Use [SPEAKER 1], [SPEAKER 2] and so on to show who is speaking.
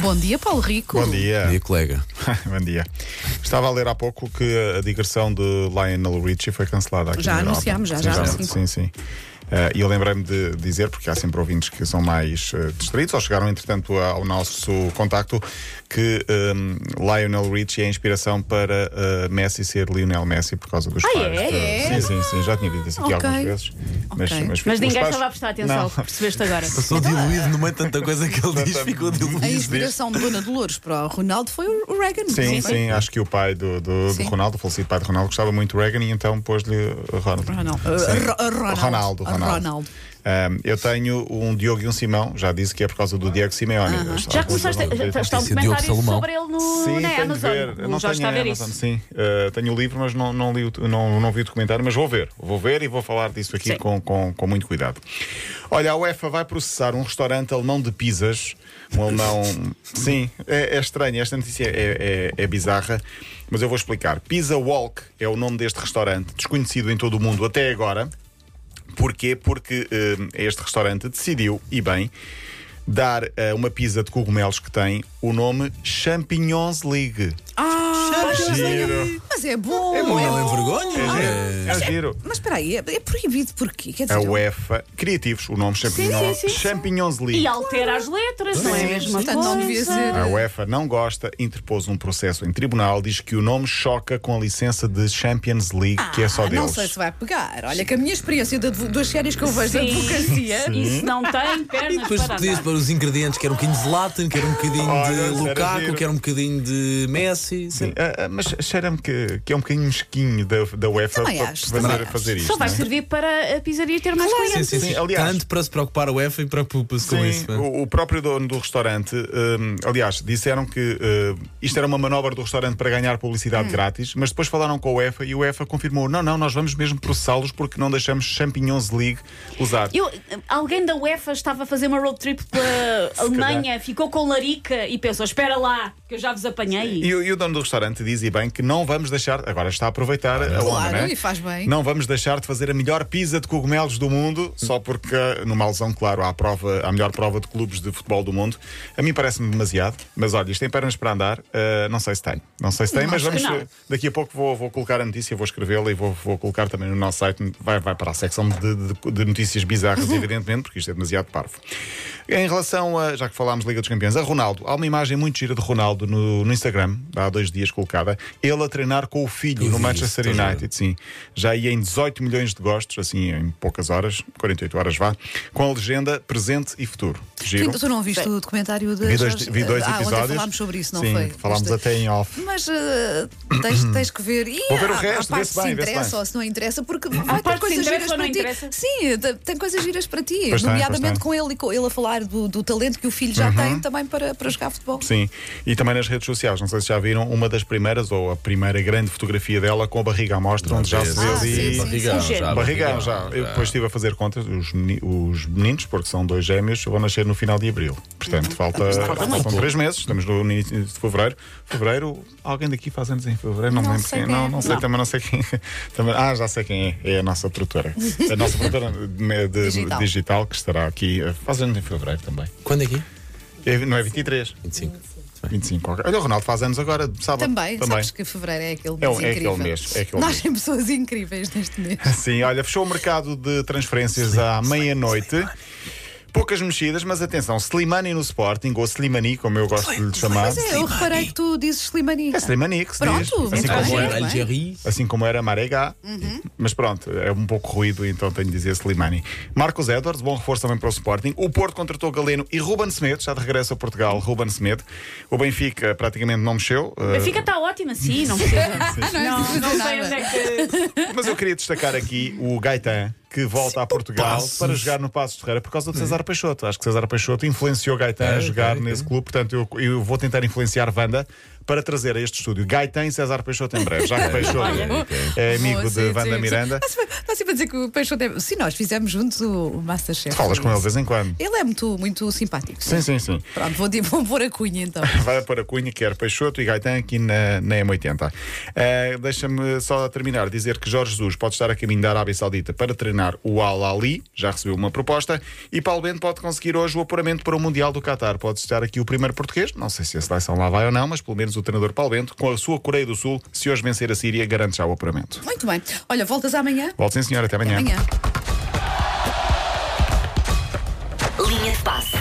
[SPEAKER 1] Bom dia, Paulo Rico.
[SPEAKER 2] Bom dia.
[SPEAKER 3] E colega.
[SPEAKER 2] Bom dia. Estava a ler há pouco que a digressão de Lionel Richie foi cancelada aqui
[SPEAKER 1] Já
[SPEAKER 2] na Europa.
[SPEAKER 1] anunciámos, já,
[SPEAKER 2] sim,
[SPEAKER 1] já
[SPEAKER 2] Sim,
[SPEAKER 1] anunciámos.
[SPEAKER 2] sim. Eh, e eu lembrei-me de dizer, porque há sempre ouvintes que são mais eh, distraídos, ou chegaram entretanto ao nosso contacto, que eh, Lionel Richie é a inspiração para eh, Messi ser Lionel Messi por causa dos pais.
[SPEAKER 4] é?
[SPEAKER 2] de-
[SPEAKER 1] É?
[SPEAKER 2] Sim, sim, sim. Já tinha dito isso aqui
[SPEAKER 1] Ok.
[SPEAKER 2] algumas vezes.
[SPEAKER 1] Ok.
[SPEAKER 4] Mas ninguém
[SPEAKER 2] os pais-
[SPEAKER 4] estava a prestar atenção,
[SPEAKER 2] Não.
[SPEAKER 4] percebeste agora?
[SPEAKER 3] Passou diluído no meio de tanta coisa que ele diz, ficou diluído.
[SPEAKER 1] A inspiração de Dona Dolores para o Ronaldo foi o o Reagan.
[SPEAKER 2] Sim, sim,
[SPEAKER 1] não foi?
[SPEAKER 2] acho que o pai do, do, do
[SPEAKER 1] Sim.
[SPEAKER 2] Ronaldo, o falecido pai do Ronaldo, gostava muito do Reagan e então pôs-lhe Ronald.
[SPEAKER 1] Ronaldo.
[SPEAKER 2] Sim.
[SPEAKER 1] Uh, Ro- Ronaldo.
[SPEAKER 2] Ronaldo.
[SPEAKER 1] Ronaldo.
[SPEAKER 2] Um, eu tenho um Diogo e um Simão, já disse que é por causa do Diego Simeone.
[SPEAKER 4] Já começaste a está
[SPEAKER 3] Notícia
[SPEAKER 4] um
[SPEAKER 3] de Diogo
[SPEAKER 4] comentário
[SPEAKER 3] Salomão.
[SPEAKER 4] sobre ele no, né,
[SPEAKER 2] Sim, tenho
[SPEAKER 4] na
[SPEAKER 2] de
[SPEAKER 4] Amazon.
[SPEAKER 2] ver. Eu
[SPEAKER 4] O Jorge está a ver
[SPEAKER 2] Amazon,
[SPEAKER 4] isso.
[SPEAKER 2] Sim, Uh, tenho o livro, mas não, não, li o, não, não vi o documentário, mas vou ver. Vou ver e vou falar disso aqui
[SPEAKER 4] Sim.
[SPEAKER 2] com, com, com muito cuidado. Olha, a UEFA vai processar um restaurante alemão de pizzas. Um alemão. Sim, é, é estranho. Esta notícia é, é, é bizarra, mas eu vou explicar. Pizza Walk é o nome deste restaurante, desconhecido em todo o mundo até agora. Porquê? Porque eh, este restaurante decidiu, e bem, dar a uma pizza de cogumelos que tem o nome Champignons League.
[SPEAKER 1] Ah,
[SPEAKER 2] Giro.
[SPEAKER 1] mas é bom.
[SPEAKER 2] É bom.
[SPEAKER 3] Ele é vergonha.
[SPEAKER 2] É, giro.
[SPEAKER 1] Mas espera aí, é, é proibido porquê? Quer dizer,
[SPEAKER 2] A UEFA, criativos, o nome Champignon,
[SPEAKER 4] sim, sim, sim.
[SPEAKER 2] Champignons League.
[SPEAKER 4] E altera as letras, não é a mesma
[SPEAKER 1] portanto, não devia
[SPEAKER 4] coisa.
[SPEAKER 1] ser.
[SPEAKER 2] A UEFA não gosta, interpôs um processo em tribunal, diz que o nome choca com a licença de Champions League, que é só
[SPEAKER 1] Ah,
[SPEAKER 2] deles.
[SPEAKER 1] Não sei se vai pegar. Olha, que a minha experiência de advo- das séries que eu vejo da
[SPEAKER 4] Sim.
[SPEAKER 1] advocacia.
[SPEAKER 4] Isso não tem pernas
[SPEAKER 3] Depois
[SPEAKER 4] para
[SPEAKER 3] pedias
[SPEAKER 4] andar.
[SPEAKER 3] para os ingredientes, quer um bocadinho de Zlatan, quer um bocadinho
[SPEAKER 2] Olha,
[SPEAKER 3] de
[SPEAKER 2] era
[SPEAKER 3] Lukaku,
[SPEAKER 2] giro.
[SPEAKER 3] quer um bocadinho de Messi. Sim.
[SPEAKER 2] Ah, ah, mas cheira-me que, que é um bocadinho mesquinho da, da UEFA
[SPEAKER 1] Também
[SPEAKER 2] fa-
[SPEAKER 1] acho, também
[SPEAKER 2] fazer,
[SPEAKER 1] acho.
[SPEAKER 2] fazer isto.
[SPEAKER 4] Só vai
[SPEAKER 2] não é?
[SPEAKER 4] servir para a pizzaria ter mais
[SPEAKER 3] Sim,
[SPEAKER 4] clientes.
[SPEAKER 3] sim, sim.
[SPEAKER 2] Sim, aliás.
[SPEAKER 3] Tanto para se preocupar a UEFA e preocupa-se com
[SPEAKER 2] Sim,
[SPEAKER 3] isso. pá.
[SPEAKER 2] o, o próprio dono do restaurante, hum, aliás, disseram que hum, isto era uma manobra do restaurante para ganhar publicidade
[SPEAKER 1] Hum.
[SPEAKER 2] grátis, mas depois falaram com a UEFA e a UEFA confirmou: não, não, nós vamos mesmo processá-los porque não deixamos Champignons League usar.
[SPEAKER 4] Eu, alguém da UEFA estava a fazer uma road trip pela Alemanha, ficou com larica e pensou: espera lá, que eu já vos apanhei.
[SPEAKER 2] E, o- e o dono do restaurante diz e bem que não vamos deixar, agora está a aproveitar a onda,
[SPEAKER 1] Claro,
[SPEAKER 2] não é?
[SPEAKER 1] e faz bem.
[SPEAKER 2] Não vamos deixar de fazer a melhor pizza de cogumelos do mundo, só porque numa alusão, claro, à prova, à melhor prova de clubes de futebol do mundo. A mim parece-me demasiado, mas olha, isto tem pernas para andar, ah, não sei se tem. Não sei se tem, mas
[SPEAKER 4] sei,
[SPEAKER 2] vamos
[SPEAKER 4] não.
[SPEAKER 2] daqui a pouco vou, vou colocar a notícia, vou escrevê-la e vou, vou colocar também no nosso site, vai, vai para a secção de, de- de notícias bizarras, evidentemente, porque isto é demasiado parvo. Em relação a, já que falámos de Liga dos Campeões, a Ronaldo, há uma imagem muito gira de Ronaldo no, no Instagram, há dois dias colocada, ele a treinar com o filho
[SPEAKER 3] Eu
[SPEAKER 2] no
[SPEAKER 3] vi
[SPEAKER 2] Manchester
[SPEAKER 3] isso, estou a ver.
[SPEAKER 2] United. United, sim. Já ia em 18 milhões de gostos, assim em poucas horas, 48 horas vá, com a legenda presente e futuro. Giro.
[SPEAKER 1] Tu, tu não viste o documentário das.
[SPEAKER 2] Vi dois, vi dois
[SPEAKER 1] ah,
[SPEAKER 2] episódios.
[SPEAKER 1] Ontem falámos sobre isso, não
[SPEAKER 2] sim,
[SPEAKER 1] foi?
[SPEAKER 2] Falámos
[SPEAKER 1] Este-
[SPEAKER 2] até em off.
[SPEAKER 1] Mas eh, tens, tens que ver. E
[SPEAKER 2] Vou ver o
[SPEAKER 1] há- há
[SPEAKER 2] resto,
[SPEAKER 1] parte
[SPEAKER 2] vê-se bem,
[SPEAKER 1] se
[SPEAKER 2] vê-se
[SPEAKER 1] interessa
[SPEAKER 2] bem.
[SPEAKER 1] ou se não interessa, porque vai ter
[SPEAKER 4] Hum. parte que
[SPEAKER 1] coisas
[SPEAKER 4] interessa
[SPEAKER 1] giras
[SPEAKER 4] ou não
[SPEAKER 1] para ti.
[SPEAKER 4] interessa?
[SPEAKER 1] Sim, te- tem coisas giras para ti,
[SPEAKER 2] Pois tem, pois
[SPEAKER 1] nomeadamente
[SPEAKER 2] tem. Uhum.
[SPEAKER 1] com ele e com ele a falar do, do talento que o filho já tem também para, para jogar futebol.
[SPEAKER 2] Sim, e também nas redes sociais, não sei se já viram uma das primeiras ou a primeira grande fotografia dela com a barriga à mostra, onde já se vê
[SPEAKER 1] Ah,
[SPEAKER 2] ali
[SPEAKER 1] sim, sim.
[SPEAKER 3] Barrigão,
[SPEAKER 4] sim.
[SPEAKER 3] já,
[SPEAKER 2] Barrigão já. Eu
[SPEAKER 3] Ah.
[SPEAKER 2] depois estive a fazer contas, os, meni- os meninos, porque são dois gêmeos, vão nascer no final de abril.
[SPEAKER 1] Uhum.
[SPEAKER 2] Portanto, falta, faltam três meses, estamos no início de fevereiro. Fevereiro, alguém daqui faz anos em fevereiro, não, me
[SPEAKER 1] Não
[SPEAKER 2] lembro
[SPEAKER 1] sei
[SPEAKER 2] quem.
[SPEAKER 1] quem
[SPEAKER 2] Não,
[SPEAKER 1] é.
[SPEAKER 2] não sei,
[SPEAKER 4] Não.
[SPEAKER 2] também não sei quem. é. Também, ah, já sei quem é. É a nossa produtora. A nossa produtora de- de-
[SPEAKER 1] Digital.
[SPEAKER 2] digital, que estará aqui, eh, faz anos em fevereiro também.
[SPEAKER 3] Quando é que é?
[SPEAKER 2] É- Não é 23?
[SPEAKER 3] 25.
[SPEAKER 2] 25. qualquer- Olha, o Ronaldo faz anos agora, de sábado.
[SPEAKER 1] Também, sabes que fevereiro é aquele mês
[SPEAKER 2] É um- é
[SPEAKER 1] incrível.
[SPEAKER 2] aquele mês, é aquele
[SPEAKER 1] Nós
[SPEAKER 2] mês. Ah,
[SPEAKER 1] temos pessoas incríveis neste mês.
[SPEAKER 2] Sim, olha, fechou o mercado de transferências à meia-noite. Poucas mexidas, mas atenção, Slimani no Sporting, ou Slimani, como eu gosto de lhe chamar.
[SPEAKER 1] Mas é, eu reparei que tu dizes Slimani.
[SPEAKER 2] É Slimani que se diz.
[SPEAKER 1] Pronto,
[SPEAKER 2] Assim
[SPEAKER 1] muito
[SPEAKER 2] como,
[SPEAKER 1] bem.
[SPEAKER 2] era,
[SPEAKER 3] Agora,
[SPEAKER 1] bem.
[SPEAKER 3] Algeria.
[SPEAKER 2] assim como era Maregá. Mas pronto, é um pouco ruído, então tenho de dizer Slimani. Marcos Edwards, bom reforço também para o Sporting. O Porto contratou Galeno e Ruben Semedo, já de regresso a Portugal, Ruben Semedo. O Benfica praticamente não mexeu. eh,
[SPEAKER 4] Benfica está tá ótima, sim, não precisa. não,
[SPEAKER 1] precisa
[SPEAKER 4] não sei
[SPEAKER 1] nada.
[SPEAKER 4] onde é que.
[SPEAKER 2] Mas eu queria destacar aqui o Gaetan, que volta a Portugal
[SPEAKER 3] Passos.
[SPEAKER 2] para jogar no Passos de Ferreira por causa de César Peixoto. Acho que César Peixoto influenciou É, Gaetan a jogar
[SPEAKER 3] ok,
[SPEAKER 2] nesse clube, portanto eu, eu vou tentar influenciar Wanda para trazer a este estúdio Gaetan e César Peixoto em breve, já que Peixoto é amigo
[SPEAKER 1] Boa,
[SPEAKER 2] de
[SPEAKER 1] Ah. Oh, sim,
[SPEAKER 2] Wanda
[SPEAKER 1] sim,
[SPEAKER 2] Miranda.
[SPEAKER 1] Sim. Está, sempre, está sempre a dizer que o Peixoto é... Sim, nós fizemos juntos o, o Masterchef.
[SPEAKER 2] Falas com ele de vez em quando.
[SPEAKER 1] Ele é muito, muito simpático.
[SPEAKER 2] Sim, sim, sim.
[SPEAKER 1] Pronto, vou, di- vou pôr a cunha então.
[SPEAKER 2] Vai para Cunha, quer Peixoto e Gaetan aqui na, na M80. Eh, Deixa-me só terminar dizer que Jorge Jesus pode estar a caminho da Arábia Saudita para treinar o Al Ali, já recebeu uma proposta, e Paulo Bento pode conseguir hoje o apuramento para o Mundial do Qatar. Pode estar aqui o primeiro português, não sei se a seleção lá vai ou não, mas pelo menos o treinador Paulo Bento, com a sua Coreia do Sul, se hoje vencer a Síria, garante já o apuramento.
[SPEAKER 1] Muito bem. Olha, voltas amanhã?
[SPEAKER 2] Volte sim, senhora, até amanhã.
[SPEAKER 1] Amanhã.
[SPEAKER 5] Linha de passe.